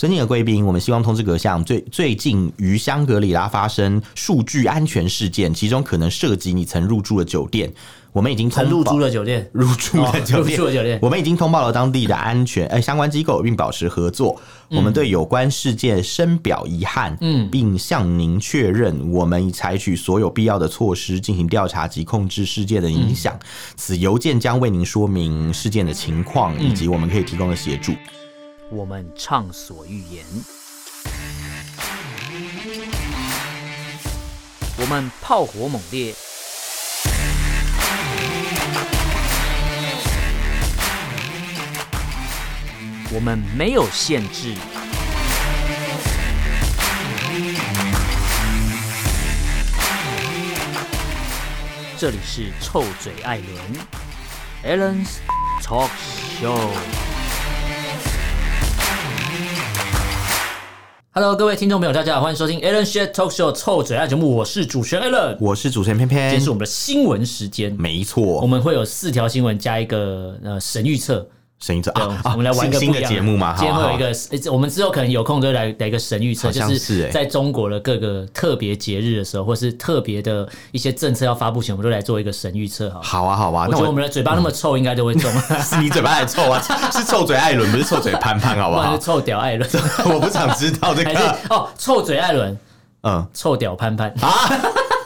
尊敬的贵宾，我们希望通知阁下，最最近于香格里拉发生数据安全事件，其中可能涉及你曾入住的酒店。我们已经曾通入报住了酒店，入住哦的酒入店，住了酒店我们已经通报了当地的安全呃相关机构，并保持合作。我们对有关事件深表遗憾，嗯并向您确认，我们已采取所有必要的措施进行调查及控制事件的影响。嗯此邮件将为您说明事件的情况嗯以及我们可以提供的协助。我们畅所欲言；我们炮火猛烈；我们没有限制。这里是臭嘴艾伦 a l l e n s Talk Show。Hello，各位听众朋友，大家好，欢迎收听 Alan s h a t Talk Show 臭嘴爱节目，我是主持人 Alan，我是主持人偏今天偏是，我们的新闻时间，没我错，们会有四条新闻加一个呃神预测，沈一哲对啊，啊我们来玩一个新新不一的样节目嘛，今天好会好有一个，诶我们之后可能有空就来来一个神预测，好就像是哎是诶在中国的各个特别节日的时候，或是特别的一些政策要发布前，我们就来做一个神预测好了。好啊好啊，我那觉得我我们的嘴巴那么臭，应该都 会中，是 你嘴巴还臭啊， 是是臭嘴艾伦，不是臭嘴潘潘，好不不然好就？臭屌艾 伦，我不想知道这 还是个，哦臭嘴艾伦，嗯。臭屌潘潘，啊？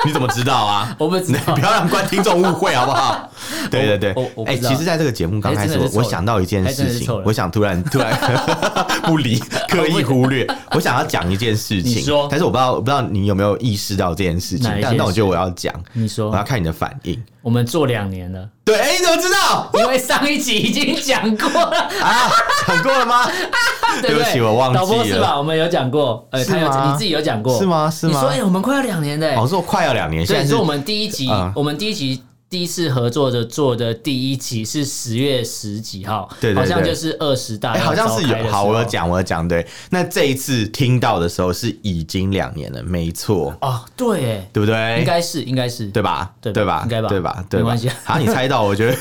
你怎么知道 啊？我不知你道不。要让观听众误会好不 好？对对我对我，我不哎，知道其实，在这个节目刚开还始，真的我是我臭想到一件还真的事是情臭人，我想突然突然 不 理，刻意忽略，我想要讲一件事情你说，但是我不知道我不知道你有没有意识到这件事情哪一，件但那我事觉得我要讲，你说我要看你的反 应。我们做两年了，对，哎，你怎么知道因为上一集已经讲 过了，啊？讲过了 吗？对对不起对？我忘记了导播是吧？我们有讲过，呃，是吗他有你自己有讲过，是吗是吗你说，哎，我们快要两年了，我哎哦说快要两年，现对，在你是说我们第一集啊，我们第一集。第一次合作的做的第一集是十月十几号，对对对好像就是二十大哎、要好像是召开的有，时候好，我有讲，我有讲，对。那这一次听到的时候是已经两年了，没错，哦，对，对不哎，应对？该是应该是，对吧？对吧对吧？应该吧对吧？对没吧关系？啊，你猜到，我 觉得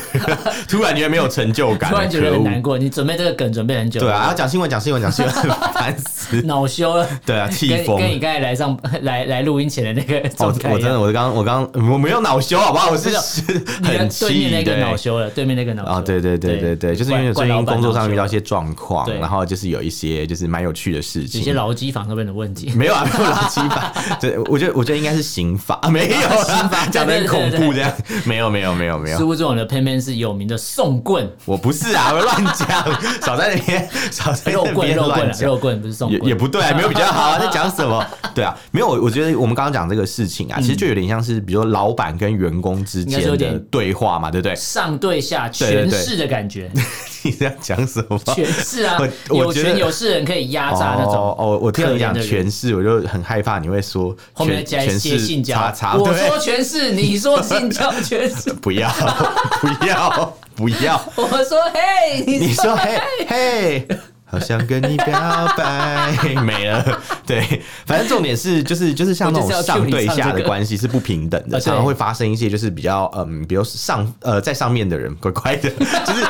突然觉得没有成就感，突然觉得可很恶难过，你准备这个梗准备很久，对啊，要讲新闻，讲新闻，讲 新闻，烦死。恼羞了，对啊，气跟疯。跟你刚才来上来来录音前的那个我状态一样，我真的，我刚我刚我没有恼羞，好不好？我是不是你的很对面气那个对恼羞了，对面那个恼羞啊，对对对对对，就是因为怪最近工作上遇到一。怪老板恼羞些状况，对然后就是有一些就是蛮有趣的事有情，一些劳基法上面的问题， 没有啊，没有劳基 法，这我觉得我觉得应该是刑法啊，没有啊刑 法讲的很恐怖这样，没有没有没有没似有，乎这种的偏偏是有名的送 棍、我不是啊，我乱 讲，少在那边少在肉那棍、边肉棍乱啊、讲。肉棍，不是送也棍，也不对、啊，没有比较好啊！在讲什么？对啊，没有。我我觉得我们刚刚讲这个事情啊，其实就有点像是，比如说老板跟员工之嗯应该是间有的点对话嘛，对不对？上对下对对权对势的感觉， 你在讲什么？权势啊，我我有觉得权有势人可以压榨那哦种。哦，我听你讲可怜的人权势，我就很害怕你会说后面加权一权些势性交叉叉，，我对说权势，你说性交权势， 不要，不要，不要！我说嘿，你你说嘿嘿，好想跟你表白， 没了。对，反正重点是，就是就是像那我就是种要上 cue 你对下唱这的个关系是不平等的，啊对常常会发生一些就是比较嗯，比如上呃在上面的人乖乖的， 就是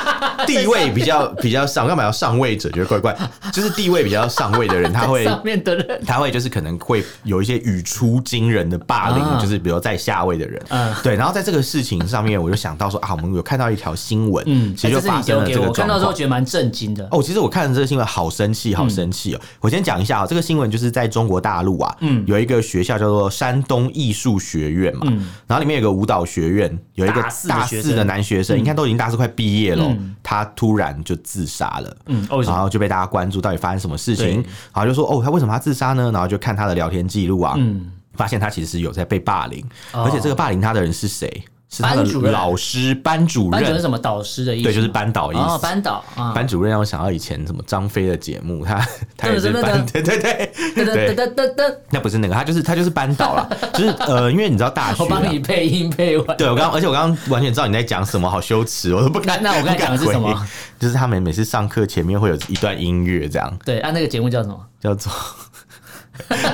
地位比较比较上，要么要上位者觉得怪怪，就是地位比较上位的人，他会上面的人，他会就是可能会有一些语出惊人的霸凌，啊就是比如在下位的人，嗯对。然后在这个事情上面，我就想到说啊，我们有看到一条新闻，嗯，其实就哎这是发你生了丢这给个我，看状到之后况。觉得蛮震惊的。哦，其实我看了这个新闻，好生嗯气，好生气哦！我先讲一下、哦，这个新闻就是在中国大陆啊，嗯有一个学校叫做山东艺术学院嘛，嗯然后里面有个舞蹈学院，有一个大四的大学四的生男学生，你看都已经大四快毕业了哦，嗯他突然就自杀了。嗯，哦为什然么？后就被大家关注到底发生什么事情，对然后就说哦，他为什么他自杀呢？然后就看他的聊天记录啊，嗯，发现他其实有在被霸凌，哦而且这个霸凌他的人是谁？是他的班主任老师班主班主任是任，什么导师的意思吗？对，就是班导意思。哦，班导啊，班主任让我想到以前什么张飞的节目，他 他也是班，对对对噔噔对，噔噔噔，那不是那个，他就是他就是班导 了，就是呃，因为你知道大学我啊帮你配音配完。对我刚，而且我刚刚完全知道你在讲什么，好羞耻，我都不敢。那那我刚才不敢讲的是什么回？就是他们每次上课前面会有一段音乐，这样对，啊按那个节目叫什么？叫做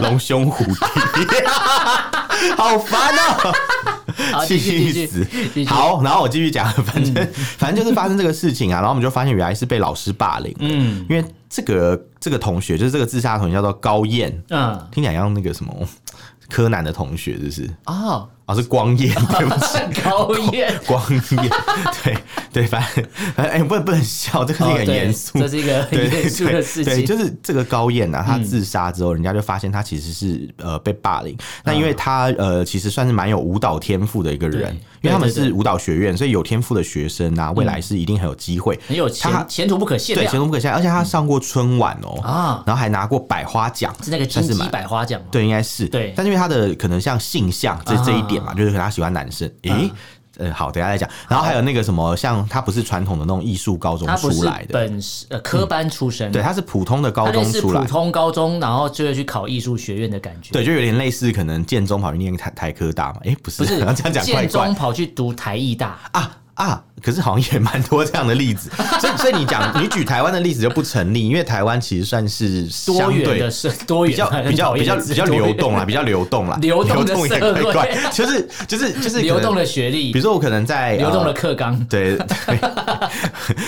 龙兄虎弟， 好烦哦、气好，啊继续继死续继续。，好，然后我继 续讲，反正、反正就是发生这个事情啊，然后我们就发现原来是被老师霸凌，嗯，因为这个这个同学，就是这个自杀的同学叫做高燕，嗯，听起来像那个什么柯南的同学，就是哦，啊是光 彦，对不起。高燕，光彦，对对，反正反正哎，不能不能笑，这个是一哦个很对严肃这是一个很对严肃的事对，情，嗯就是这个高燕啊，他自杀之后，人家就发现他其实是呃被霸凌。那因为嗯他呃其实算是蛮有舞蹈天赋的一个对人，因为他们对对嗯是舞蹈学院，所以有天赋的学生啊，未来是一定很有机会。很有前他前途不可限对，前量途不可限，而且他上过春晚哦，嗯啊，然后还拿过百花奖，是那个金算是鸡蛮百花奖吗？对，应该是对但是因为他的可能像性向这这一点啊嘛，就是可能他喜欢男生，诶。呃，好，等一下再讲。然后还有那个什么，像他不是传统的那种艺术高中他不出是来的，本是呃科班出身，对，，他是普通的高他那中是出普来，通高中，然后就会去考艺术学院的感觉，，对，就有点类似可能建中跑去念台台科大嘛，诶，不是，不 是这样讲怪建怪中跑去读台艺大，啊啊！可是好像也蛮多这样的例 子，所以所以你讲你举台湾的例子就不成立，因为台湾其实算是多相元对的是多比元 较很比较讨厌比较的字比较多元流动啊啦，比较流动啦，流动的也社怪会怪，就是就是就是可能 流动的学历比如，说我可能在流动的呃课纲， 对，对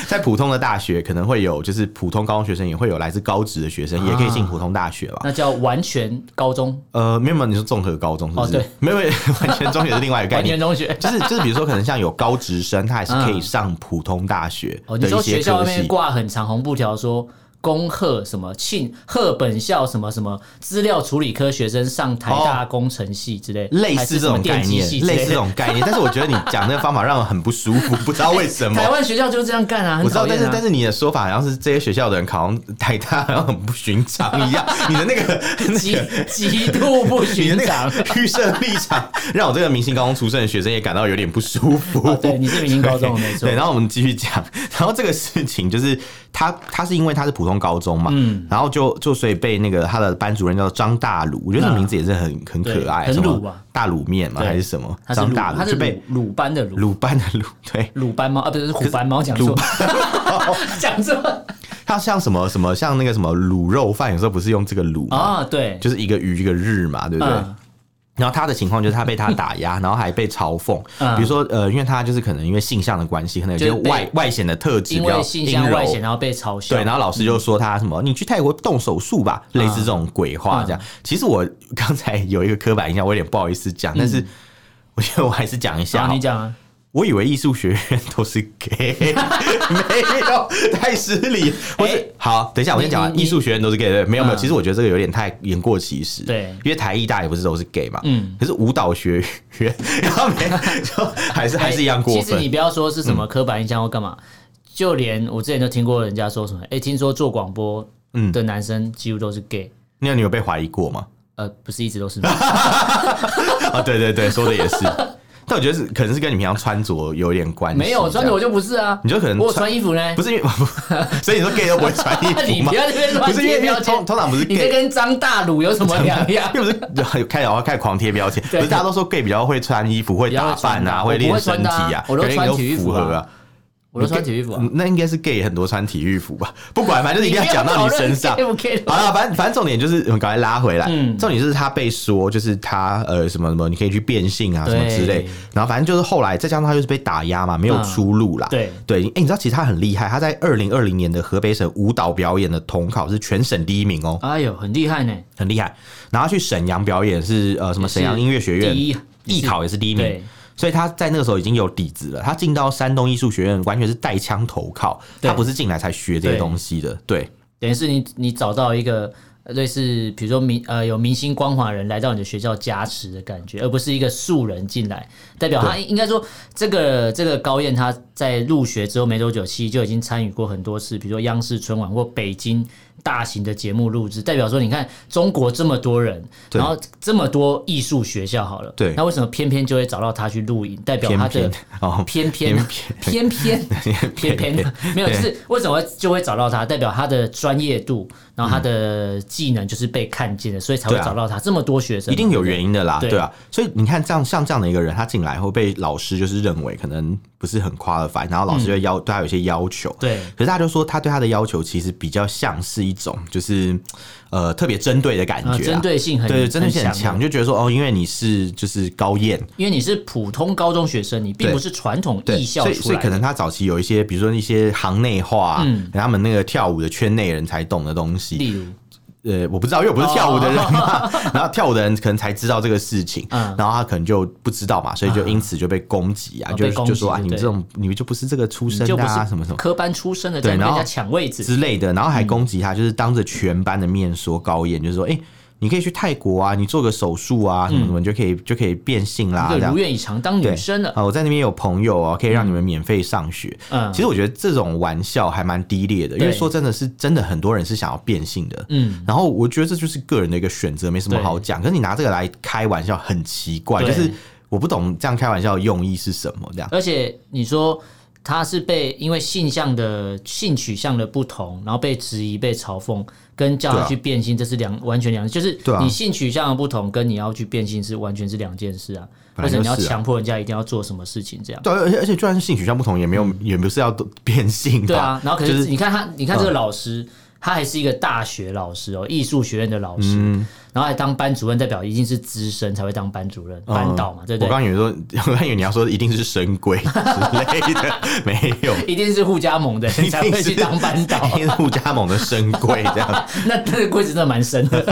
在普通的大学可能会有，就是普通高中学生也会有来自高职的学生，也可以啊进普通大学吧。那叫完全高中，呃，没有，没有，你是综合高中是不哦是？对没有，没 有，完全中学是另外一个概 完念全。中学。就是就是，比如说，可能像有高职生，他还是可以上普通大学哦，的你说一学些校科外面系。挂很长红布条说。恭贺什么庆贺本校什么什么资料处理科学生上台大工程系之类，哦类还似是这什么种概电机念系，之类似类这的。种概念，但是我觉得你讲那个方法让我很不舒服， 不知道为什么哎台。湾学校就是这样干啊，很我知道，讨但厌是啊但。是你的说法好像是这些学校的人考上台大好像很不寻常一样，你的那个 那极个极度不 你的寻那常。个预设立场，让我这个明星高中出身的学生也感到有点不舒服。哦对，你是明星高中的没错对，。然后我们继续讲，然后这个事情就是他，他是因为他是普通高中嘛，嗯然后就就所以被那个他的班主任叫张大鲁，我觉得这啊名字也是很很对可爱，很什么鲁啊大卤面嘛对还是什么他，是张鲁，大他鲁是就被鲁鲁班的鲁，鲁班的鲁，对，鲁班猫啊，不是是虎斑猫，讲鲁错，讲错 他像什么什么像那个什么卤肉饭，有时候不是用这个卤嘛，啊，对，就是一个鱼一个日嘛，对不对？嗯然后他的情况就是他被他打 压，然后还被嘲讽，嗯比如说呃，因为他就是可能因为性向的关系，可能有些就是被外外显的特质因比较为性向阴柔外显，然后被嘲笑。嗯对，然后老师就说他什么，你去泰国动手术吧，类似这种鬼话这样。其实我刚才有一个刻板印象，我有点不好意思讲，但是我觉得我还是讲一下然后好嗯你。讲啊，我以为艺术学院都是 gay，没有，太失礼。我哎是好，等一下我先讲完，你你艺术学院都是 gay，对，没有没有。嗯其实我觉得这个有点太言过其实，对因为台艺大也不是都是 gay 嘛，嗯嗯，可是舞蹈学院，然后没就还 是还是一样过哎其实你分。嗯不要说是什么刻板印象或干嘛，就连我之前就听过人家说什么，哎，听说做广播嗯的男生几乎都是 gay，那你有被怀疑过 吗？呃，不是一直都是吗？ 啊，对对对，说的也是。但我觉得是可能是跟你平常穿着有点关系。没有穿这着样我就不是啊，你就可能我有穿衣服呢，不是因为， 所以你说 gay 都不会穿衣 你服吗不？要这边不乱是因为贴因标为签通，通常不是你这 gay，跟张大鲁有什么两 样？又不是有开始开始狂贴标签，不是大家都说 gay 比较会穿衣服、会打扮啊、比较练会身穿体搭啊，我都感觉穿你体育服符合啊啊。我都穿体育服啊嗯，那应该是 gay 很多穿体育服吧？不管， 反正就是一定要讲到你身上不。要讨论 gay 不 gay 好了，反正反正重点就是我们赶快拉回来。嗯重点就是他被说就是他呃什么什么，你可以去变性啊什么之类对。然后反正就是后来再加上他就是被打压嘛，没有嗯出路啦。对对，哎、你知道其实他很厉害，他在二零二零年的河北省舞蹈表演的统考是全省第一名哦，哎呦，很厉害呢，很厉害。然后他去沈阳表演是呃什么沈阳音乐学院第一艺考也是第一名对。所以他在那个时候已经有底子了，他进到山东艺术学院完全是带枪投靠，对他不是进来才学这些对东西的。对，等于是你你找到一个呃类似比如说明呃有明星光环的人来到你的学校加持的感觉，而不是一个素人进来，代表他应应该说这个这个高燕他在入学之后没多久，其实就已经参与过很多次，比如说央视春晚或北京。大型的节目录制，代表说，你看中国这么多人，对然后这么多艺术学校，好了，对那为什么偏偏就会找到他去录影？代表偏他的偏 哦，偏偏偏 偏偏偏没有，就是为什么就会找到他？代表他的专业度，然后他的技能就是被看见的，所以才会对啊找到他。这么多学生，一定有原因的啦，对对啊，所以你看，这样像这样的一个人，他进来后被老师就是认为可能不是很 qualified，然后老师就要、对他有一些要求，对可是他就说他对他的要求其实比较像是一种就是呃特别针对的感觉啊啊，针对性很对针对性很强，的就觉得说哦，因为你是就是高验，因为你是普通高中学生，你并对不是传统对，艺校所以出所以来可能的。他早期有一些，比如说一些行内话、啊嗯他们那个跳舞的圈内人才懂的东西，例如，呃，我不知道，因为我不是跳舞的人嘛， 然后跳舞的人可能才知道这个事情，哦嗯然后他可能就不知道嘛，所以就因此就被攻击啊，啊就被攻击就说啊，就你们对这种你们就不是这个出身就的不啊，是嗯什么什么。科班出身的，对在跟然人后家抢位置，之类的，然后还攻击他，就是当着全班的面说高燕，就是说，哎、你可以去泰国啊，你做个手术啊，什么什嗯么，你就可以就可以变性啦，就这样如愿以偿当女生了。啊，我在那边有朋友哦，可以让你们免费上学。嗯其实我觉得这种玩笑还蛮低劣的，因为对说真的是真的很多人是想要变性的。嗯，然后我觉得这就是个人的一个选择，没什么对好讲。可是你拿这个来开玩笑，很奇怪，就对是我不懂这样开玩笑的用意是什么。这样而且你说他是被因为性向的性取向的不同，然后被质疑、被嘲讽，跟叫对他啊去变性，这是两完全两，就是对啊你性取向的不同，跟你要去变性是完全是两件事啊。本或来就者是啊你要强迫人家一定要做什么事情这样。对，而且而且就算是性取向不同，也没有、也不是要都变性吧？对啊，然后可就是嗯是你看他，你看这个老师，他还是一个大学老师哦，艺术学院的老师，嗯然后还当班主任，代表一定是资深才会当班主任、班导嘛，对嗯不我对？刚以为说， 我刚以为你要说一定是神鬼之类的， 没有，一定是互加盟的人才会去当班导 一，定是互加盟的神鬼这样。那那个柜子真的蛮深的，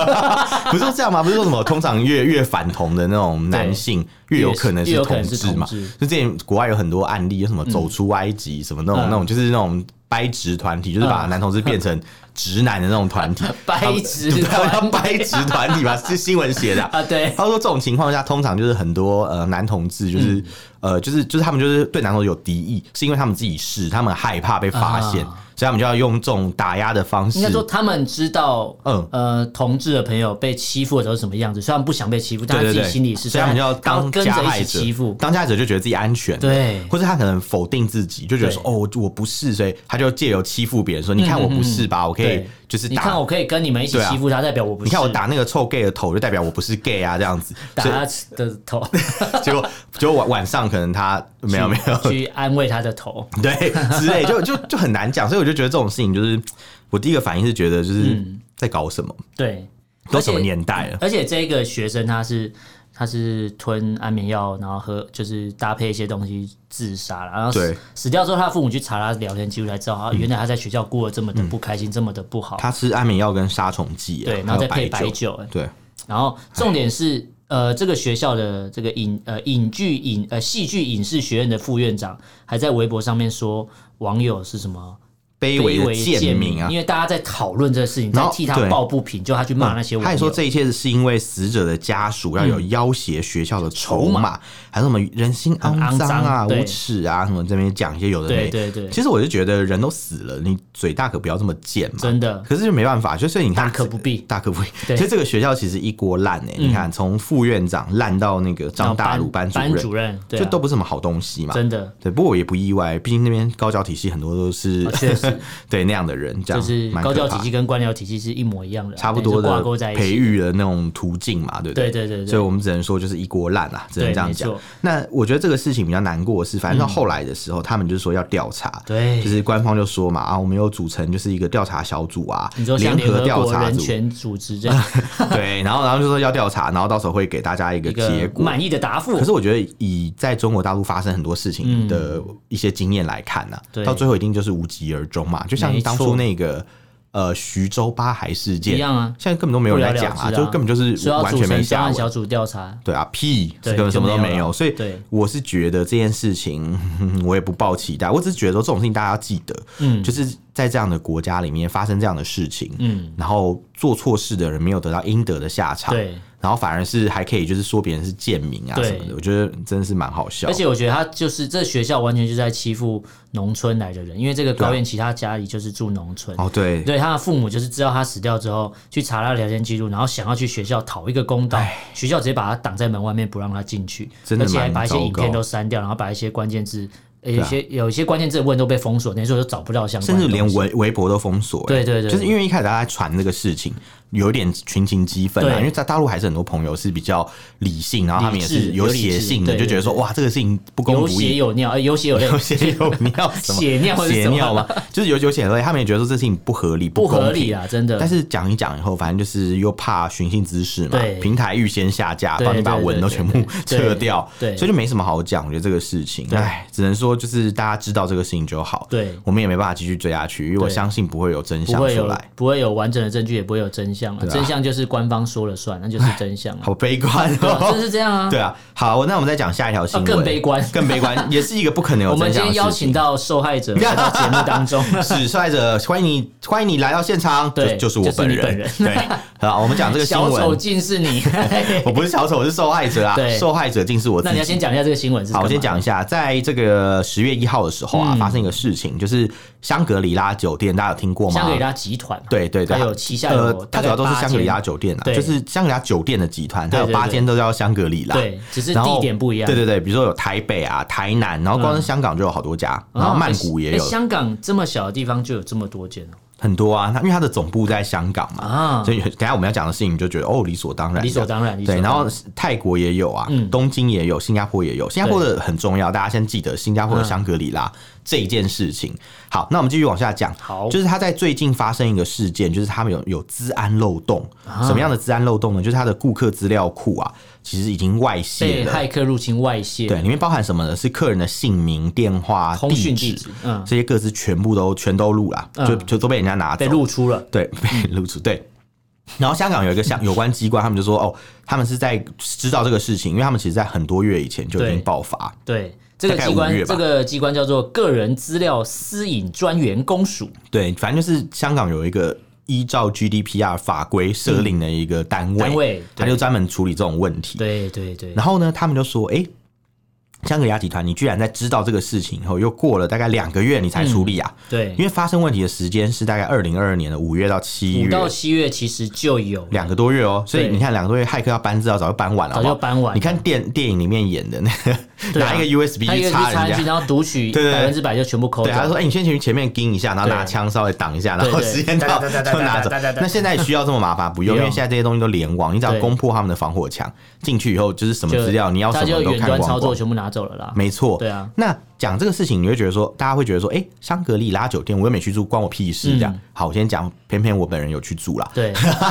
不是这样吗？不是说什么 通常越越反同的那种男性越有可能越是有可同能是志嘛？同志就之前国外有很多案例，有什么走出埃及什么那种、那嗯种，就是那种掰直团体，就是把男同志变成直男的那种团体， 掰直 对他们要团掰直团体 吧？是新闻写的啊、啊， 对，他说这种情况下，通常就是很多呃男同志就是、嗯呃就是就是他们就是对男同志有敌意，是因为他们自己是，他们害怕被发现，啊所以他们就要用这种打压的方式应该。说他们知道，嗯呃，同志的朋友被欺负的时候是什么样子，虽然不想被欺负，但对对他自己对，心里是，所以他们就要刚当跟加着害一起者欺负，当加害者就觉得自己安全，对或者他可能否定自己，就觉得说对嗯哦，我我不是，所以他就借由欺负别人说，你看我不是吧，我可以对就是你看打我。可以跟你们一起对啊欺负他，代表我不你是，看我打那个臭 gay 的头，就代表我不是 gay 啊，这样子。打所他的头，以结果结果晚晚上可能他 没有没有去安慰他的头， 对之类，就就就很难讲。所以我就觉得这种事情，就是我第一个反应是觉得就是在搞什么，对，都什么嗯而且年代了，而且这个学生他是他是吞安眠药，然后喝就是搭配一些东西自杀了，然后对嗯死死掉之后，他父母去查他聊天记录才知道，啊，原来他在学校过得这么的不开心，这么的不好。他吃安眠药跟杀虫剂啊，对，然后再还配有白白酒，酒，哎对。然后重点是，呃，这个学校的这个影呃影剧影呃戏剧影视学院的副院长还在微博上面说网友是什么卑微的贱民啊因，为大家在讨论这个事情，然在后替他对抱不平，就他去骂那些嗯网友。嗯他也说这一切是因为死者的家属要有要挟学校的筹码，还有什么人心肮脏啊、很肮脏对无耻啊什么，这边讲一些有的对没。对对，其实我就觉得人都死了，你嘴大可不要这么贱嘛。真的可是就没办法，就是你看大可不必大可不必。对所以这个学校其实一锅烂哎、你看从副院长烂到那个张大鲁班主班任，主任，对啊就都不是什么好东西嘛。真的对，不过我也不意外，毕竟那边高教体系很多都是啊确实 对那样的人，这就样是蛮高可教怕体的系跟官僚体系是一模一样的啊，差不多等于是挂钩的在一培起。育的那种途径嘛，对不对？对对对对所以我们只能说就是一锅烂啊，只能对这样没讲错。那我觉得这个事情比较难过的是，反正到后来的时候，他们就说要调查，对就是官方就说嘛啊，我们有组成就是一个调查小组啊你说，像联联合合调国查人组，权组织这样 对，然后然后就说要调查，然后到时候会给大家一个一个结果。满意的答复可，是我觉得，以在中国大陆发生很多事情的一些经验来看呢、对到最后一定就是无疾而终嘛。就像没错当初那个呃徐州八孩事件一样啊现在根本都没有人在讲不了了之就啊根本就是说要完组全没啊成专下案文。小组调查，对啊，屁，对根本什么都就没有没有，了所以对我是觉得这件事情， 我也不抱期待，我只是觉得说这种事情大家要记得，嗯，就是在这样的国家里面发生这样的事情，嗯，然后做错事的人没有得到应得的下场，对，然后反而是还可以就是说别人是贱民啊对什么的，我觉得真的是蛮好笑而。且我觉得他就是这学校完全就在欺负农村来的人，因为这个高院其他家里就是住农村。啊哦，对，对他的父母就是知道他死掉之后，去查他的聊天记录，然后想要去学校讨一个公道，学校直接把他挡在门外面，不让他进去，真的而且还蛮把一些糟影片糕都删掉，然后把一些关键字，呃啊有些、有一些关键字的问都被封锁，等于说都找不到相关甚的至东西，连微微博都封锁、欸，对对对就是因为一开始大家在传这个事情，有一点群情激愤啊，对因为在大陆还是很多朋友是比较理性，然后他们也理智是有有理血智性的，对就觉得说哇，这个事情不公有不血义，有尿，呃，有血有泪，有血有尿什么 血尿是血什么尿吗？就是有有血有泪，他们也觉得说这事情不合理、不公合平理啊，真的。但是讲一讲以后，反正就是又怕寻衅滋事嘛对，平台预先下架，对帮你把文都全部对对撤掉，对对所以就没什么好讲。我觉得这个事情，对唉，只能说就是大家知道这个事情就好。对我们也没办法继续追下去，因为我对相信不会有真不相会出有来。不会有完整的证据，也不会有真相了。对啊真相就是官方说了算，那就是真相了。好悲观对啊，哦真。是这样啊。对啊，好，那我们再讲下一条新闻，啊更悲观更悲观，也是一个不可能有我们真相的今天邀事请情。到受害者来到节目当中，史帅者，欢迎你，欢迎你来到现场，就对就是我就是你人。对，好，我们讲 这个新小丑闻，竟是你。 我不是小丑，我是受害者啊对，受害者竟是我自那你己要。先讲一下这个新闻是干好，嘛我先讲一下，在这个十月一号的时候啊，嗯发生一个事情，就是香格里拉酒店，大家有听过吗？香格里拉集团嘛，对对对，还有旗下呃有，它大主概要都是八香格里间拉酒店啊，对就是香格里拉酒店的集团，它有对对八对间都叫香格里拉。对，只是然后地点不一样。嗯对对对，比如说有台北啊、台南，然后光是香港就有好多家，哦，然后曼谷也诶有诶香港这么小的地方就有这么多间哦很多啊。它因为它的总部在香港嘛，啊，所以等一下我们要讲的事情，你就觉得哦，理所当然，理所当然。理所对，当然后泰国也有啊，嗯东京也有，新加坡也有。新加坡的很重要，大家先记得新加坡的香格里拉这一件事情。好，那我们继续往下讲。嗯好就是他在最近发生一个事件，就是他们有有资安漏洞。啊什么样的资安漏洞呢？就是他的顾客资料库啊，其实已经外泄被了。骇客入侵外泄，对，里面包含什么呢？是客人的姓名、电话、通讯地地址，嗯，这些各自全部都全都录了，嗯就就都被人家拿走被。露出了，对， 被嗯露出对。然后香港有一个相有关机关，他们就说哦，他们是在知道这个事情，因为他们其实在很多月以前就已经对爆发。对。这个大概机五月吧关，这个机关叫做个人资料私隐专员公署，对，反正就是香港有一个依照 GDPR 法规设定的一个单位，嗯单位他就专门处理这种问题。 对对对，然后呢，他们就说，哎、香格里拉集团，你居然在知道这个事情以后，又过了大概两个月你才处理啊？对因，为发生问题的时间是大概二零二二年的五月到七五月，到七月其实就有，两个多月哦，所以对你看两个多月，骇客要搬资料早就搬完了，好早不好？就搬完了。你看电电影里面演的那个， 对啊拿一个 USB 他一去个插插进去，人家。然后读取对对对百分之百就全部抠对，他走。说：“哎、你先去前面盯一下，然后对拿枪稍微挡一下，然后对对时间到哒哒哒就拿走哒哒哒。哒那现在需要这么麻烦？不用，不因为用现在这些东西都联网，你只要对攻破他们的防火墙，进去以后就是什么就资料，你要什他就么都远看端操光作光。全部拿走了啦。没错，对啊，那讲这个事情，你会觉得说，大家会觉得说，哎、香格里拉酒店我又没去住，关我屁事这样。嗯好，我先讲，偏偏我本人有去住啦。 对，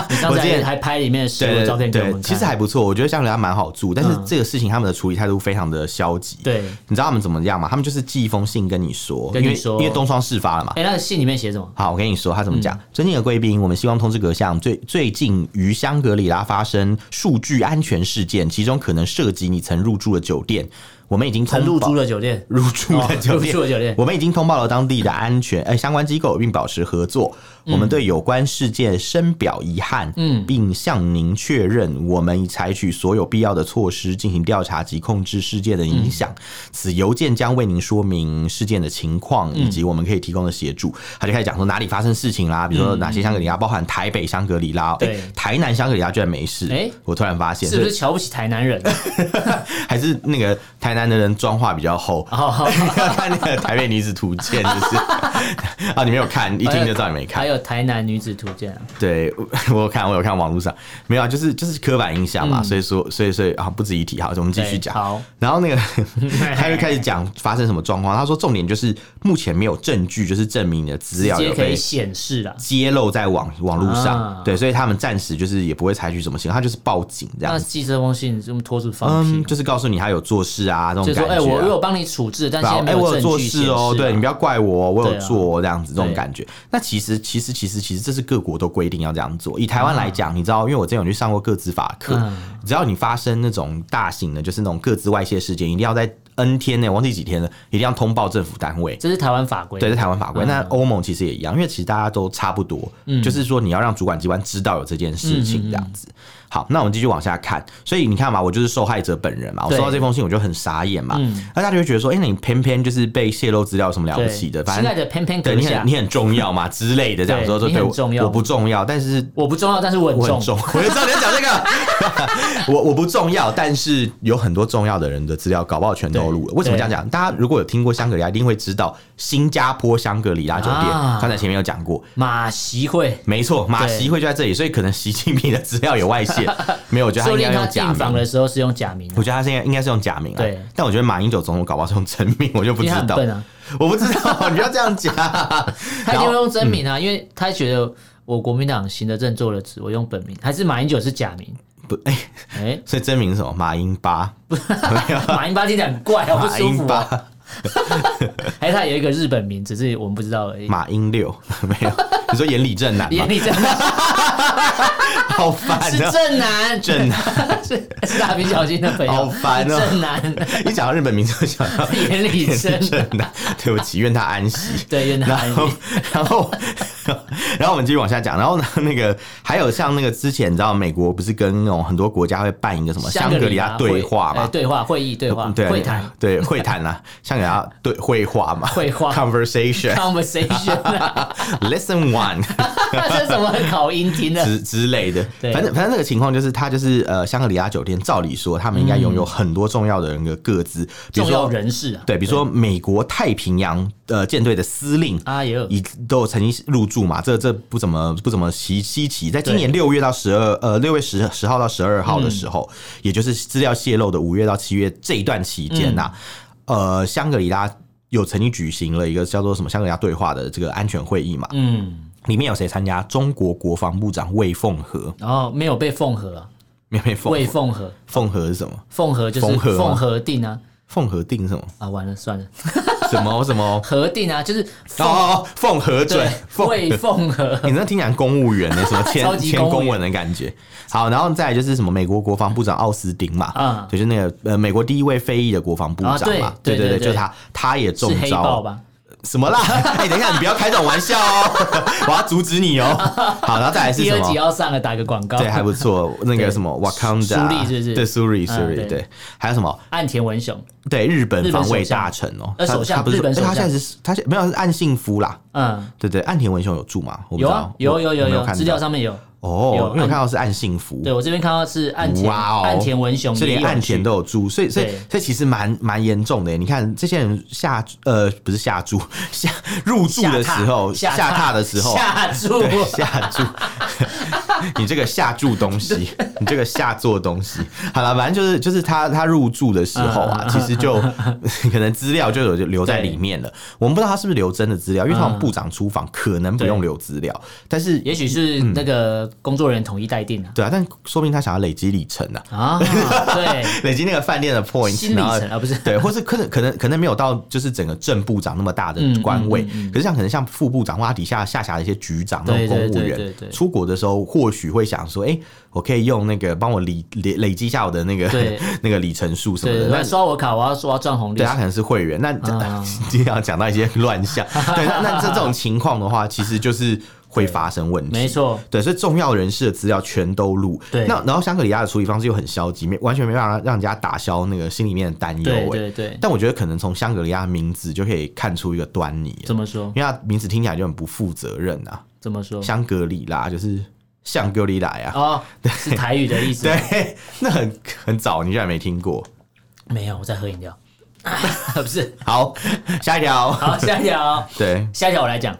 你上我次之前还还拍里面的实物对照片对给我对，们看，其实还不错，我觉得香格里拉蛮好住，但是嗯这个事情他们的处理态度非常的消极。对。你知道他们怎么样吗？他们就是寄一封信跟你说，跟你说嗯因为因为东窗事发了嘛。哎，那个信里面写什么？好，我跟你说，他怎么讲？尊敬的贵宾，我们希望通知阁下，最最近于香格里拉发生数据安全事件，其中可能涉及你曾入住的酒店。我们已经曾通入报住的酒店， 入住哦的酒店，入住的酒店我们已经通报了当地的安全呃相关机构，并保持合作。嗯我们对有关事件深表遗憾，嗯，并向您确认，我们已采取所有必要的措施进行调查及控制事件的影响。嗯此邮件将为您说明事件的情嗯况以及我们可以提供的协助。他就开始讲说哪里发生事情啦，比如说哪些香格里拉，包含台北香格里拉，嗯对诶台南香格里拉居然没事，诶我突然发现是不是瞧不起台南人？还是那个台南的人妆化比较厚， 哦，要看那个《台北女子图鉴》，就是 啊，你没有看，一听就知道你没看还。有台南女子图鉴啊，对， 我有看，我有看网络上没有啊，就是就是刻板印象嘛，所以说，所以所以啊，不值一提。好，我们继续嗯对讲。好，然后那 个他就开始讲发生什么状况，他说重点就是目前没有证据，就是证明你的资直料有接可以被。显示啦。揭露在网网络上，啊对，所以他们暂时就是也不会采取什么行动，他就是报警这样那子，寄这封信这么拖住放嗯，屁，就是告诉你他有做事啊，这就种说感觉、啊。哎，我我有帮你处置，但对现啊在没哎、我有证做据显事示哦，啊。对你不要怪我哦，我有做哦这样子、这种对啊感觉。那其实其实其实其实这是各国都规定要这样做。以台湾来讲，你知道，因为我之前有去上过各自法课，嗯只要你发生那种大型的，就是那种各自外泄事件，一定要在 N 天内，忘记几天了，一定要通报政府单位。这是台湾法规。对，在台湾法嗯规，那欧盟其实也一样，因为其实大家都差不多，就是说你要让主管机关知道有这件事嗯情这样子。好，那我们继续往下看。所以你看嘛，我就是受害者本人嘛，我对嗯收到这封信我就很傻眼嘛。那大家就会觉得说，哎、那你偏偏就是被泄露资料有什么了不对，起的？反亲爱正的偏偏对阁你下很，你很重要嘛之类的，这样对说说你对很我重要我不重要，但是。我不重要，但是我很我很重。重，我就知道你 要讲这个。我我不重要，但是有很多重要的人的资料，搞不好全都收入了。为什么这样讲？大家如果有听过香格里拉，一定会知道新加坡香格里拉酒店。啊刚、才前面有讲过，马习会，没错，马对习会就在这里，所以可能习近平的资料有外 泄，没有，我觉得他说不应定该他用进假房名。的时候是用假名的，啊我觉得他现在应该是用假名啊，对但我觉得马英九总统搞不好是用真名，我就不因为知他很道，笨啊， 我不知道，你不要这样 讲。他一然定后会用真名啊，嗯因为他觉得我国民党行得正坐得直，我用本名，还是马英九是假名？不，哎、，哎所以真名是什么？马英八，马英八听起来 很怪，好不马舒英服啊。八， 还是他有一个日本名，只是我们不知道而已。马英六， 没有。你说眼里正男吗 眼？里正男好烦是啊！正男，正男， 是是蜡笔小新的朋友，好烦哦是正男， 一讲到日本名字，就想到 眼里正眼里男，正男。对不起，愿他安 息。对，原来然后， 然后，然后我们继续往下讲。然后呢，那个还有像那个之前，你知道美国不是跟那种很多国家会办一个什么香格里拉对话呃嘛？对话会议，对话对啊会谈，对会谈 啦，香格里拉对会话嘛，会话 conversation conversation， lesson one 这是什么考音听的？之之类的。对反正反正那个情况就是，他就是呃，香格里拉酒店，照理说他们应该拥有很多重要的人的各自，比如嗯重要说人士啊，对，比如说美国太平洋呃舰队的司令。啊也有已都有曾经入驻嘛，这这不怎么不怎么稀稀奇。在今年六月到十二呃六月十十号到十二号的时候，也就是资料泄露的五月到七月这一段期间呐、呃，香格里拉有曾经举行了一个叫做什么香格里拉对话的这个安全会议嘛，嗯，里面有谁参加？中国国防部长魏凤和，然后没有被缝合啊，没有被凤未缝合，凤和是什么？缝合就是缝合吗缝合定啊，凤和定什么？啊完了算了，什么什么？核定啊就是哦缝哦，哦凤和对准凤和未缝合， 你那听起来公务员的什么 超签级签公务员公文的感觉。好，然后再来就是什么美国国防部长奥斯汀嘛，嗯就是那个呃美国第一位非裔的国防部长嘛，啊对对对对对就是他，他也中是黑招豹吧？什么啦？ 哎、等一下，你不要开这种玩笑哦， 我要阻止你 哦。好，然后再来是第什二集么？要上了，打个广告。对，还不错，那个什么对苏 Wakanda，利是不是对，苏利嗯苏利，对对，还有什么？岸田文雄，对，日本日本防卫首相大臣哦，呃他首相他不是日本哎首相他现在是，他现没有是岸信夫啦，嗯，对对，岸田文雄有住吗？我不知有啊道，有我有我有没有有，看资到料上面有。哦，有因为我看到是岸信夫，对我这边看到是岸田，哇哦岸田文雄所以也连有岸田去都有住，所以所以对所以其实蛮蛮严重的耶。你看这些人下呃不是下注 下入住的时候下下榻榻的时候。啊下注，对，下注， 你这个下注东西，你这个下做东西，好了，反正就是就是他他入住的时候嗯啊，其实就 可能资料就有就留在里面了。我们不知道他是不是留真的资料，因为通常部长出访可能不用留资料，但是嗯也许是那嗯个工作人员统一待定了对啊，但说明他想要累积里程啊， 啊。对，累积那个饭店的 point，新里然后程啊，不是对，或是可能可能可能没有到就是整个正部长那么大的嗯官位，可是像可能像副部长或他底下下辖的一些局长那对种公对务对员，对对出国的时候或许会想说，哎、我可以用那个帮我累累累积一下我的那个对 那个里程数什么对，的，来那刷我卡，我要刷赚红利对。他可能是会员，那 啊经常讲到一些乱象，对，那那这这种情况的话，其实就是会发生问题，没错，对，所以重要人士的资料全都录。对那然后香格里拉的处理方式又很消极，没完全没办法让人家打消那个心里面的担忧、对欸。对对，但我觉得可能从香格里拉名字就可以看出一个端倪欸，怎么说？因为它名字听起来就很不负责任啊。怎么说？香格里拉就是香格里拉呀、哦，是台语的意思。对， 那很很早，你居然没听过。没有，我在喝饮料。 不是， 好，下一条。好，下一条，对，下一条我来讲。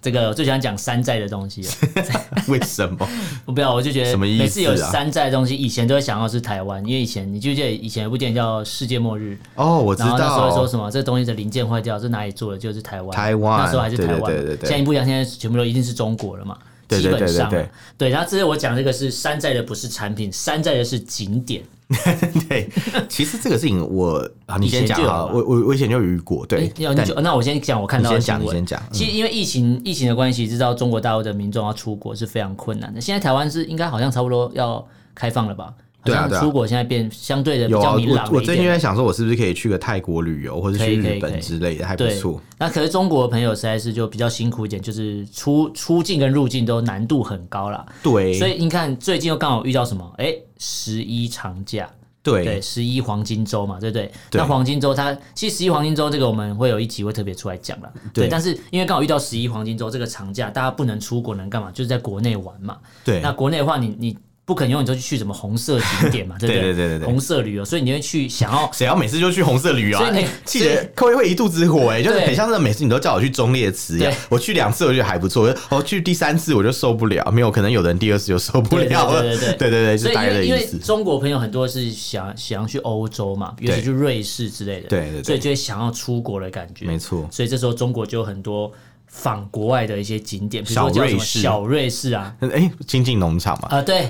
这个我最喜欢讲山寨的东西了。啊为什 么？我不知道，我就觉得什么意思啊每次有山寨的东西，以前都会想到是台湾，因为以前你记不记得以前有部电影叫《世界末日》，哦，我知然后那时候会说道，什么这东西的零件坏掉，这哪里做的？就是台湾，台湾那时候还是台湾嘛，对对对对对现在不讲，现在全部都一定是中国了嘛。对基对对本上啊对对对，然后这是我讲这个是山寨的，不是产品，山寨的是景点。 对。其实这个事情我，啊、你以先前讲就有好了。嘛我我我以前就有遇过，对诶。哎要你但就那我先讲我看你到先的新讲，你闻先。讲。嗯其实因为疫情疫情的关系，知道中国大陆的民众要出国是非常困难的。现在台湾是应该好像差不多要开放了吧？好对啊像对啊出国现在变相对的比有啊，较明朗了一我点。我最近在想说，我是不是可以去个泰国旅游，或者可去以可以日可以本之类的，还不对错。，那可是中国的朋友实在是就比较辛苦一点，就是出出境跟入境都难度很高啦。对，所以你看，最近又刚好遇到什么？哎、十一长假，对，对，十一黄金周嘛，对不对？对那黄金周它其实十一黄金周这个我们会有一集会特别出来讲啦。对对，但是因为刚好遇到十一黄金周这个长假，大家不能出国，能干嘛？就是在国内玩嘛。对那国内的话你，你不可能永远都去什么红色景点 嘛，对不对对对对对红色旅游，所以你会去想要谁要每次就去红色旅游啊所以你？气得各位会一肚子火哎、就是对很像是每次你都叫我去忠烈祠一样对。我去两次我觉得还不错，我哦去第三次我就受不了，没有可能有的人第二次就受不了了。对对对对 对对对，所是以因大概的为因意为思。中国朋友很多是想想要去欧洲嘛，尤其对去瑞士之类的，对对对所以就会想要出国的感觉，没错所以这时候中国就有很多仿国外的一些景点，比如说小叫什瑞么士小瑞 士啊，哎、亲近农场嘛，啊、对，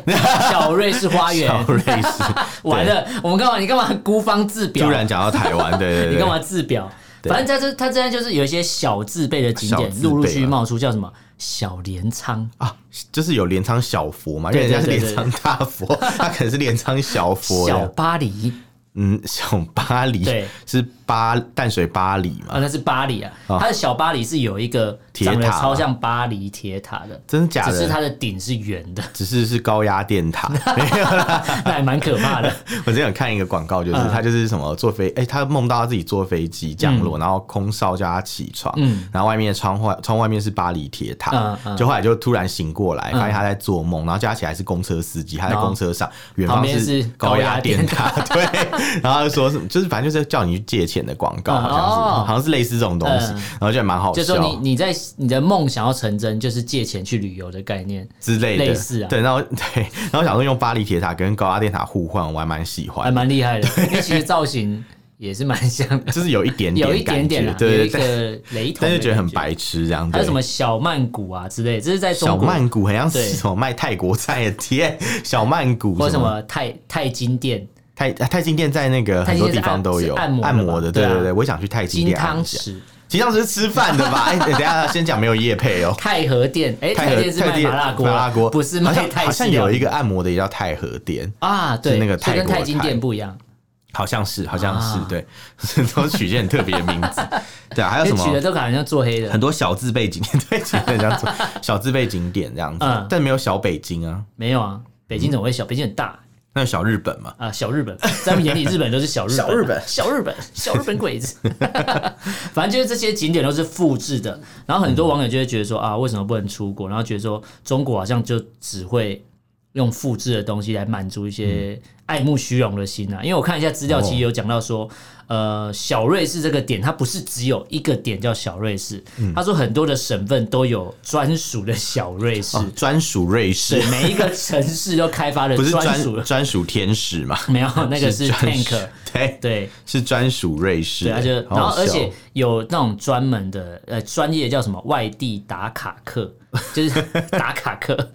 小瑞士花呃园， 小瑞士 完了，我们干嘛？你干嘛孤芳自突表？然讲到台湾，对对对， 你干嘛自表？对反正在这，它现在就是有一些小字辈的景小点字辈啊陆陆续续嘛冒出，叫什么小镰仓，啊，就是有镰仓小佛嘛，因对为人家是对镰对仓大佛，他可能是镰仓小佛。小巴黎嗯， 小巴黎对是巴淡水巴黎啊，嘛？那是巴黎啊，啊它的小巴黎是有一个铁塔长得吗超像巴黎铁塔的。真的假只是的？它的顶是圆的， 只是是高压电塔。那还蛮可怕的。我之前有看一个广告，就是嗯他就是什么坐飞，哎、他梦到他自己坐飞机降落，然后空少叫他起床，嗯然后外面的窗户窗外面是巴黎铁塔嗯，嗯就后来就突然醒过来，嗯发现他在做梦，然后叫他起来是公车司机，他在然后公车上，远旁方边是高高压压电塔， 对，然后他就说什么，就是反正就是叫你去借钱的广告，嗯好像是、哦好像是类似这种东西，嗯然后就还蛮好就笑说你你在你的梦想要成真，就是借钱去旅游的概念，之类的，类似啊对，然后 对，然后想说用巴黎铁塔跟高压电塔互换，我还蛮喜欢还的。蛮厉害的。因为其实造型也是蛮像的。 就是有一点点有一点点感啊觉，对有对一对，个雷同，但是觉得很。白痴这样。还有对什么小曼谷啊之类，这是在小中国曼谷，很像对是什么卖泰国菜的店， 小曼谷或者什么么泰泰金店、泰泰金店在那个泰很金多店地是按方都有是按摩的吧的，对对啊对对，我也想去泰金金店按汤一下。匙、金汤匙是吃饭的 吧？哎，等一下先讲没有夜配哦。泰和店，哎，泰和店是卖店麻辣锅啊，麻辣锅不是好卖像泰好式像料有理一个按摩的也叫泰和店，啊，对，是那个所以跟泰国的泰金店不一样，好像是好像是啊对， 都取些很特别的名 字。对啊，还有什因为么取的都好像做黑的很，多小字背景 对，其实很像做小字背景点这样嗯子，但没有小北京啊，没有啊。北京怎么会小？北京很大那有小日本嘛。啊，小日本，在我们眼里日本都是小日本，啊小日本，小日本，小日本鬼子。 反正就是这些景点都是复制的，然后很多网友就会觉得说啊，为什么不能出国？然后觉得说中国好像就只会用复制的东西来满足一些嗯爱慕虚荣的心啊。因为我看一下资料，其实哦有讲到说，呃，小瑞士这个点，它不是只有一个点叫小瑞士，嗯他说很多的省份都有专属的小瑞士。哦，专属瑞士对，，每一个城市都开发了不是专属专专属天使嘛？没有，那个是专属 tank， 对，对是专属瑞士。对，它就好然好后而笑哦且有那种专门的呃专业叫什么外地打卡客，就是 打卡客，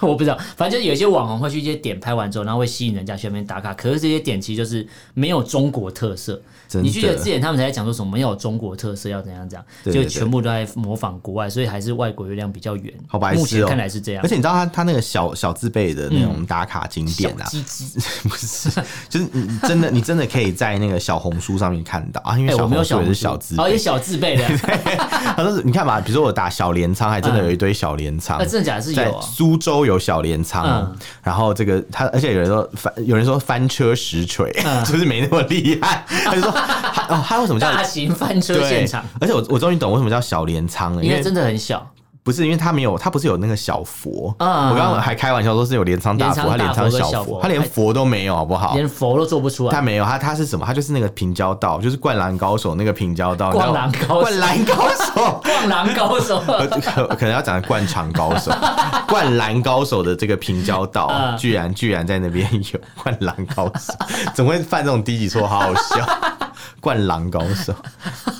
我不知道，反正就是有一些网红会去一些点拍完之后，然后会吸引人家去那边打卡，可是这些点其实就是没有中国特色，真你去的了之前他们才在讲说什么没有中国特色要怎样怎样，对就对对全部都在模仿国外，所以还是外国月亮比较圆，好白痴哦目前看来是这样而。且你知道他他那个小小自备的那种打卡景嗯小点啊，鸡鸡，不是， 就是你你真的你真的可以在那个小红书上面看到啊，因为哎、我小没有红小书也红是书小自哦，也备。小 自备的，他说你看嘛，比如说我打小镰仓，还真的有一堆小镰仓 那。真的假的嗯是在有啊？苏州有小镰仓哦、嗯然后这个他，而且有人说翻，有人说翻车实锤， 就是没那么厉害。他就说，他哦，他为什么叫嗯大型翻车对，现场，而且我我终于懂为什么叫小镰仓了，因因为为真的很小，不是因为它没有，它不是有那个小佛。啊我刚刚还开玩笑说是有镰仓大佛，它镰镰仓仓大佛跟小小佛佛，它连佛都没有，好不好？连佛都做不出它来。没有，它它是什么？它就是那个平交道，就是灌篮高手那个平交道。灌篮你知道高手。吗灌篮高手灌篮高手， 呃可可能要讲灌肠高手，灌篮高手的这个平交道嗯，居然居然在那边有灌篮高手，怎么会犯这种低级错？好好笑！ 灌篮高手，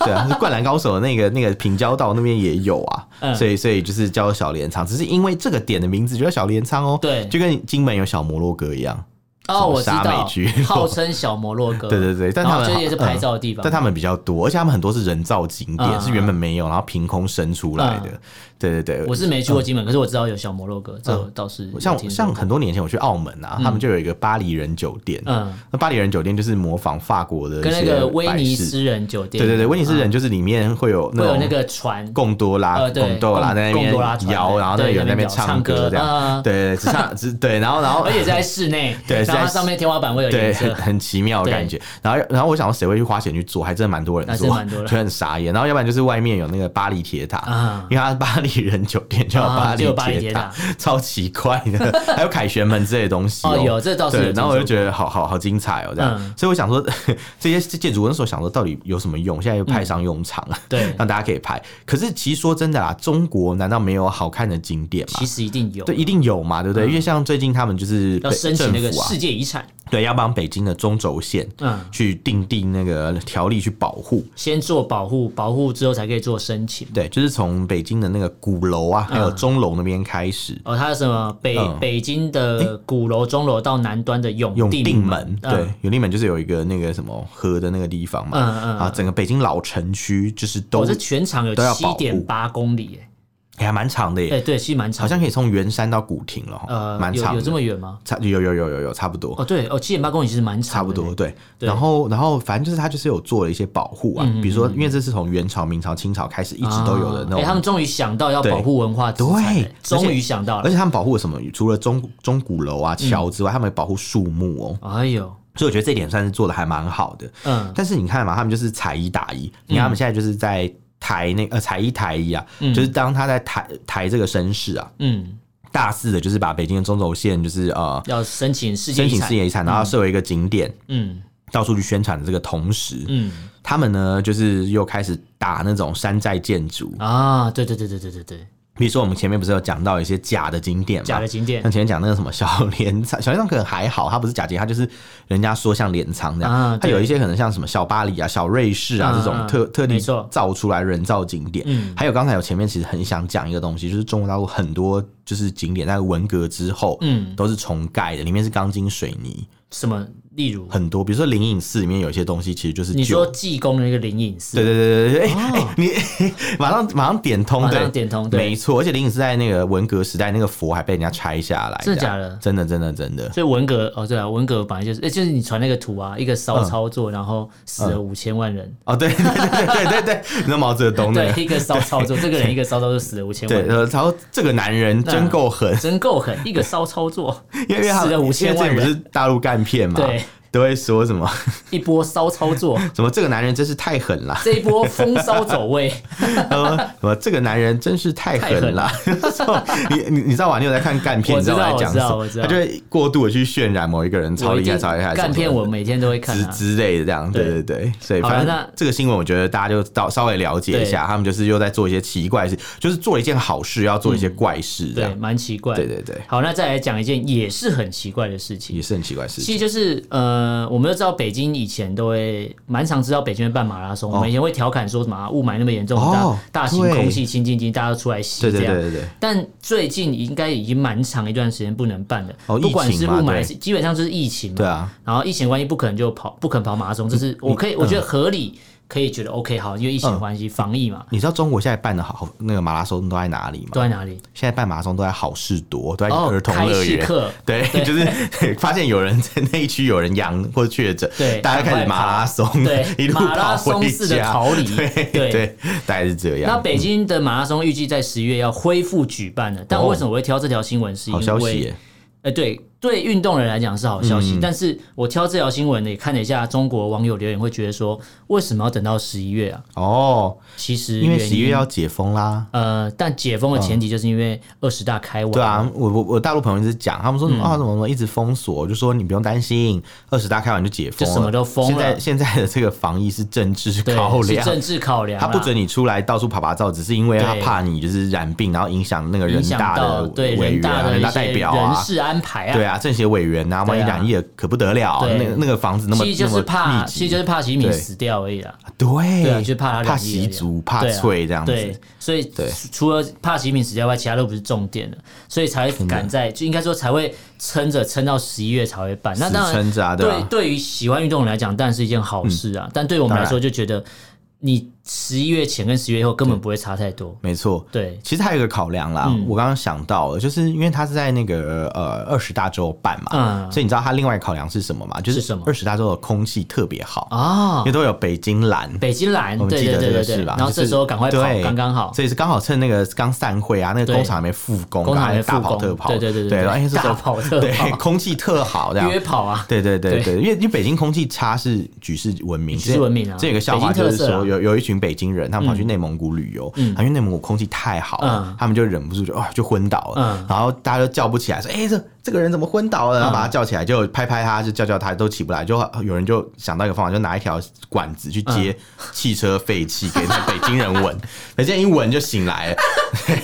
对啊，灌篮高手的那个那个平交道那边也有啊，嗯所以所以就是叫小镰仓，只是因为这个点的名字就叫小镰仓哦，对就跟金门有小摩洛哥一样，哦，我知什么道沙美居，号称小摩洛哥， 对对对，但然他后们就也是拍照的地嗯方，但他们比较多，而且他们很多是人造景点，嗯是原本没有，然后凭空生出来的，对对对，我是没去过金门，可是我知道有小摩洛哥，这我倒是有听嗯像说像很多年前我去澳门啊，他们就有一个巴黎人酒店，嗯那巴黎人酒店就是模仿法国的一跟那个些威摆尼饰斯人酒店，嗯对对对，威尼斯人就是里面会有啊会那有种那个船，贡多拉呃，对贡多拉贡在那贡多拉边船摇，然后那对个有人在那边那边摇唱唱歌歌这样，嗯 对对对，只唱只对，然后然后而且在室内， 对，是然在后它上面天花板会有对颜很 色，很奇妙的感觉。然后然后我想说谁会去花钱去做，还真的蛮多人还做，真蛮多 人就很傻眼。然后要不然就是外面有那个巴黎铁塔， 啊因为它是巴黎人酒店就有啊巴就有巴黎黎铁铁塔，超奇怪的。 还有凯旋门之类的东西、哦有这倒是对有，听然后我就说觉得好好好精彩哦，这样。嗯所以我想说， 这些建筑我那时候想说到底有什么用？现在又嗯派上用场了，对让大家可以拍。可是其实说真的啦，中国难道没有好看的景点吗其？实一定有，啊嗯对，一定有嘛，对不对？因为像最近他们就是要北申请政那个府啊世界遗产，对，要帮北京的中轴线，嗯去定定那个条例去保护。先做保护，保护之后才可以做申请。对，就是从北京的那个鼓楼啊，还有嗯钟楼那边开始。哦，它是什么北、嗯北京的鼓楼、钟楼到南端的永永定门门，，对，永定门就是有一个那个什么河的那个地方嘛，嗯嗯哦啊，整个北京老城区就是都、我、这全长有都要保七护点八公里耶，哎还蛮长的耶，哎、对，其实蛮长好的，像可以从圆山到古亭了，呃，蛮有长有这的，么远吗？差有有有有有差不多，哦，对，哦，七点八公里其实蛮长的，差不多对。对嗯然后然后反正就是他就是有做了一些保护啊，比如说因为这是从元朝、明朝、清朝开始一直都有的那哎、种他们终于想到要对保护文化资对产而且了，终于想到而了。且他们保护了什么？除了钟钟鼓楼啊、桥之外，他们也保护树木哦、哎呦，所以我觉得这一点算是做的还蛮好的。嗯，但是你看嘛，他们就是踩一打一，你看他们现在就是在抬那呃踩一抬一啊，就是当他在抬抬这个绅士啊，嗯，大肆的就是把北京的中轴线就是呃要申请世界申遗请产世，界遗产，然后设为一个景点。嗯到处去宣传的这个同时，嗯他们呢就是又开始打那种山寨建筑，啊，对对对对对对对，比如说我们前面不是有讲到一些假的景点嘛，假的景点像前面讲那个什么小镰仓，小镰仓可能还好，它不是假节，它就是人家说像镰仓那样，啊它对有一些可能像什么小巴黎啊、小瑞士啊、这嗯种嗯特特地没错造出来人造景点。嗯还有刚才有前面其实很想讲一个东西，就是中国大陆很多就是景点在文革之后，嗯都是重盖的，里面是钢筋水泥，什么？例如，很多，比如说灵隐寺里面有一些东西其实就是你旧说济公的那个灵隐寺，对对对对对，哎、哎 你马上马上点通，马对上点通对没错。而且灵隐寺在那个文革时代，那个佛还被人家拆下来，真的这样假的真的真的真的。所以文革哦，对啊，文革本来就是，诶就是你传那个图啊，一个骚操嗯作，然后死了五千万人，哦，对对对对对对，你知道毛泽东那对，个一个骚操作，这个人一个骚操作死了五千对，万人，呃，然后这个男人真够狠，真够狠，一个骚操作 因为因为他嗯死了五千万因为之前人不是大陆干片嘛，对，都会说什么一波骚操作，什么这个男人真是太狠了，这一波风骚走 位，呃，什么这个男人真是太狠 了，你你你知道吧？你有在看干片，我你知道我在讲什么我知道我知？道他就会过度的去渲染某一个人超厉害，超厉害，什么干片什么我每天都会看之啊，之类的这样，对对对对，所以好了反正那这个新闻，我觉得大家就到稍微了解一下，他们就是又在做一些奇怪的事，就是做一件好事，要做一嗯些怪事，这样对，，蛮奇怪。对对对，好，那再来讲一件也是很奇怪的事情也，是很奇怪的事情。其实就是呃，我们都知道北京以前都会蛮常知道北京会办马拉松，我们以前会调侃说什么、啊雾霾那么严重，哦大大型对空气清净机大家都出来对吸这对样。对对对，但最近应该已经蛮长一段时间不能办了，哦不管疫情是雾嘛对霾，是基本上就是疫情嘛。对啊，嗯然后疫情的关系不可能就跑，不肯跑马拉松，这是我可以，我觉得合理，可以觉得 OK 好，因为疫情的关系，防疫嘛，你知道中国现在办的好那个马拉松都在哪里都吗？在哪里？现在办马拉松都在好事多，都在哦儿童开乐戏园。课，对， 就是发现有人 在那一区有人阳或确诊，对 大家开始马拉松，对 一路马跑拉松回式的家逃离 对对对，大概是这那样。北京的马拉松预计在十月要恢复举办了，但哦为什么我会挑这条新闻？是因好消息为耶，嗯呃，对对，运动人来讲是好消息，但是我挑这条新闻呢，也看了一下中国网友留言，会觉得说为什么要等到十一月啊？哦，其实因为原十一月要解封啦。呃，但解封的前提就是因为二十大开完，对啊，我我我大陆朋友一直讲，他们说什么嗯啊什么什么一直封锁，我就说你不用担心，二十大开完就解封了，就什么都封了现在现在的这个防疫是政治对，啊考是量，政治考量啊他啦，不准你出来到处爬爬照，只是因为他对怕你就是染病，然后影响那个人影响大到的委对人员、大啊、的人一大些代表人啊。事安排啊，对啊，政协委员啊，万一对啊染疫了可不得了，啊对那个那个房子那么其实就是那么怕，密集其实就是怕习近平对死掉而已啦。对，对啊，就是怕他怕染疫而已习啊足，怕对啊脆这样子，对，所以对除除了怕习近平死掉外，其他都不是重点了，所以才嗯会赶在，就应该说才会撑着撑到十一月才会办。那死当然，撑着啊，对嗯对吧？对于喜欢运动的人来讲，当然是一件好事啊，但对我们来说就觉得你十一月前跟十月后根本不会差太多。没错。对，其实还有一个考量啦，嗯我刚刚想到了，就是因为它是在那个呃二十大州办嘛，嗯所以你知道它另外考量是什么吗？就是什么二十大州的空气特别好，啊因为，都有北京蓝。北京蓝，我们对记对得对这对个对，是吧？然后就这是时候赶快跑，对刚刚好。所以是刚好趁那个刚散会啊，那个对工厂还没复工，啊工厂还没复大工跑特跑，对对对对对，然后因为这时候大跑 特跑对，空气特好这样约。跑啊，对对对对对，因为因为北京空气差是举世闻名，举世闻名啊这有个笑话北京就特是色啊说，有有一群北京人，他们跑去内蒙古旅游，啊因为内蒙古空气太好了嗯，他们就忍不住就哦就昏倒了嗯，然后大家就叫不起来，说哎这这个人怎么昏倒了？然后把他叫起来，就拍拍他，就叫叫他，都起不来，就啊有人就想到一个方法，就拿一条管子去嗯接汽车废气给那北京人闻， 北京人一闻就醒来了，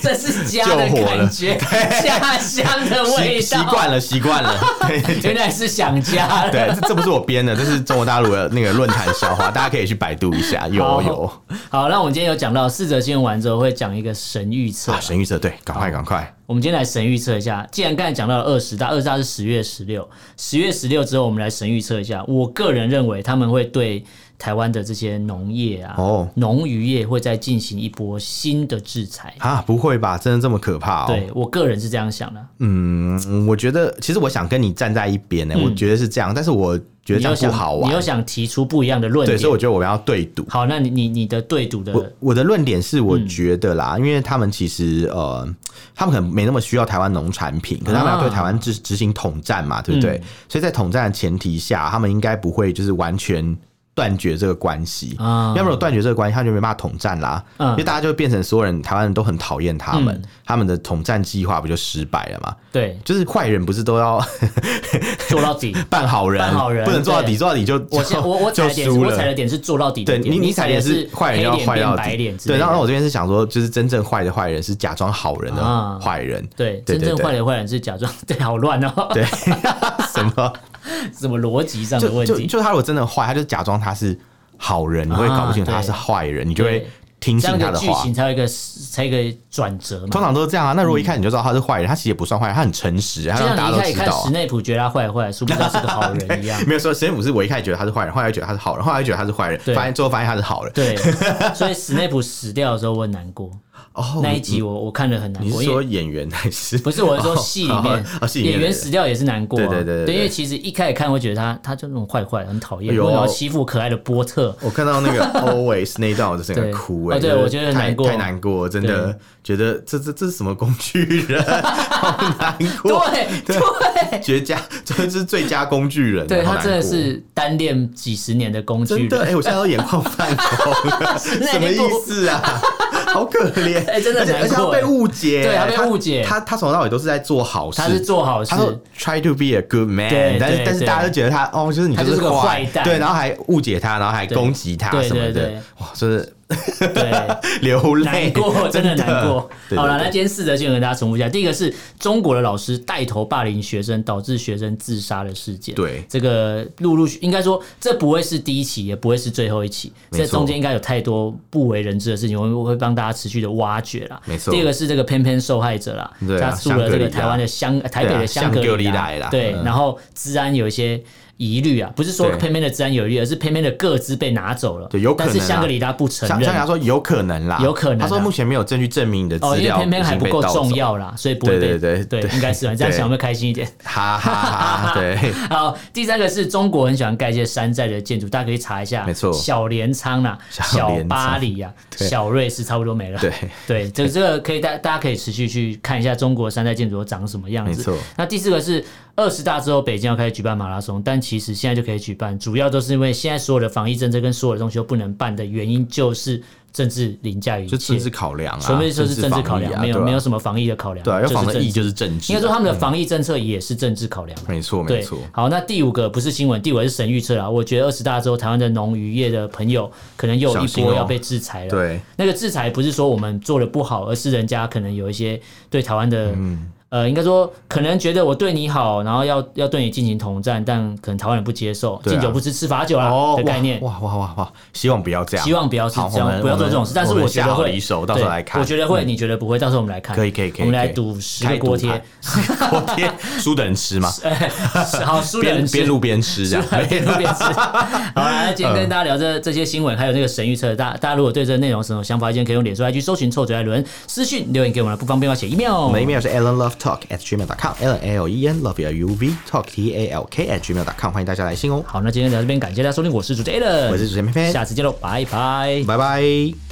这是家 的感觉，家乡的 味习道，习惯了习惯了， 对对对 原来是想家 了。对，这这不是我编的，这是中国大陆的那个论坛笑话，大家可以去百度一下，有好有好，那我们今天有讲到四则新闻完之后，会讲一个神预测啊，。神预测对，赶快赶快，我们今天来神预测一下，既然刚才讲到了二十大，二十大是十月十六，十月十六之后，我们来神预测一下。我个人认为他们会对台湾的这些农业啊、哦农渔业会再进行一波新的制裁。啊，不会吧，真的这么可怕哦？对我个人是这样想的，嗯，我觉得其实我想跟你站在一边呢、我觉得是这样，但是我觉得嗯这你又样想不好你又玩，想提出不一样的论对，点。所以我觉得我们要对赌。好，那你你你的对嗯赌的我我的论点是，我觉得啦，因为他们其实呃，他们可能没那么需要台湾农产品，可是他们要对啊台湾执执行统战嘛，对不嗯对？所以在统战的前提下，他们应该不会就是完全断绝这个关系，啊要不然断绝这个关系，他就没办法统战啦，嗯因为大家就会变成所有人台湾人都很讨厌他们，他们的统战计划不就失败了嘛？对就是坏人不是都要 做到底。扮好人，扮好人不能做到底，对做到底就我现我我踩就的点是输我了踩。的点是做到底的对点，你，你踩踩点的是是坏人要黑脸坏变到白底脸之类对，的，然后我这边是想说，就是真正坏的坏人是假装好人啊的坏人，对对真正对坏的坏人是假装， 对，好乱哦，对，什么？ 什么逻辑上的就问就题，就他如果真的坏，他就假装他是好人，你会搞不清楚啊他是坏人，你就会对听这信他样的的剧话情。才有一个才有一个转折通嘛。常都是这样啊。那如果一看你就知道他是坏人，他其实也不算坏人，他很诚实，他就让大像你家都一开始知看道史啊。。内普觉得他坏坏，殊不知他是个好人一样 没有说，史内普是我一开始觉得他是坏人，后来觉得他是好人，后来觉得他是坏人，对发现最后发现他是好人。对，所以史内普死掉的时候我很难过，哦，那一集我我看了很难你过，是因为说演员还是不是，我是说戏里面哦哦哦戏里面演的员人死掉也是难过啊。对对对对因为对其实一开始看会觉得他他就那种坏坏，很讨厌，哎为呦什么要欺负可爱的波特？ 我看到 那个 Always 那一段，我就整对个哭哎、哦对就是我觉得太难过太难过，真的觉得这这这是什么工具 人，好难过，对对绝佳，这是最佳工具人，对，好他难真的过是单恋几十年的工具真的哎、人。我现在都眼眶泛红 了，什么意思啊？好可怜，哎真的而且难过而且他被误解，对他被误解他他从头到尾都是在做好事，他是做好事他，说 try to be a good 对 man，但对是但是对大家都觉得他哦，就是你他就是是个坏坏蛋对，然后还误解他，然后还对攻击他对什么对的对，哇，就是对，流泪，难过，真的的难过。对好对了，那对今天四则新闻跟大家重复一下。第一个是中国的老师带头霸凌学生，导致学生自杀的事件。对这个陆陆续应该说，这不会是第一起，也不会是最后一起，没这错中间应该有太多不为人知的事情，我们会帮大家持续的挖掘啦。没错第二个是这个偏偏受害者啦，对啊他住了香这格个里拉台湾的香，呃台北对的啊香格里香格里拉啦对，嗯然后治安有一些。疑虑啊，不是说对偏偏的治安有疑虑，而是偏偏的各自被拿走了。对有可能啊但是香格里拉不 承像认啊像他说有可能啦，有可能啊他说目前没有证据证明你的哦，资因为料偏偏还已经不被够盗走重，要啦，所以不会被对对对对应该 是吧？你这对样想会开心一点。 哈哈哈，对。好，第三个是中国很喜欢盖一些山寨的建筑，大家可以查一下，没错小镰仓啦、小小镰仓巴黎啊、 对小瑞士差不多没了。对对，这个这个可以大大家可以持续去看一下中国山寨建筑都长什么样子。没错。那第四个是二十大之后，北京要开始举办马拉松，但其实现在就可以举办，主要都是因为现在所有的防疫政策跟所有的东西都不能办的原因，就是政治凌驾于一就政切。治考量啊，除非说是政治考防量，疫啊没有、对啊没有什么防疫的考量，对啊，要防是的政意义治。就是政治啊。应该说他们的防疫政策也是政治考量。啊没错嗯没对错，，好，那第五个不是新闻，第五个是神预测啦。啊我觉得二十大之后，台湾的农渔业的朋友可能又有一小心波哦要被制裁了。，对嗯那个制裁不是说我们做的不好，而是人家可能有一些对台湾的呃，应该说可能觉得我对你好，然后要要对你进行统战，但可能台湾人不接受，对啊敬酒不吃吃罚酒啦的概念。哦哇哇哇哇！希望不要这样，希望不要是好这我样，们不要做这种事。但是我我们觉下得好会离手，到时候对来看。嗯我觉得会，你觉得不会？到时候我们来看。可以可以可以，我们来可以赌十开个赌锅贴盘。 锅贴输的人吃吗？ 好，输的边人边吃。啊录嗯边吃这样。边录边 吃。好啦，那今天跟大家聊这这些新闻，还有那个神预测，大大家如果对这个内容有什么想法、意见，可以用脸书 IG 搜寻“臭嘴艾伦”，私讯留言给我们，不方便要写 email 我。们 email 是 allenlovetalk at gmail.com，allen l e n love l u v talk t a l k at gmail.com，欢迎大家来信哦。好，那今天聊到这边，感谢大家收听，我是主持人 a l 我是主持人偏偏下次见喽，拜拜。拜拜。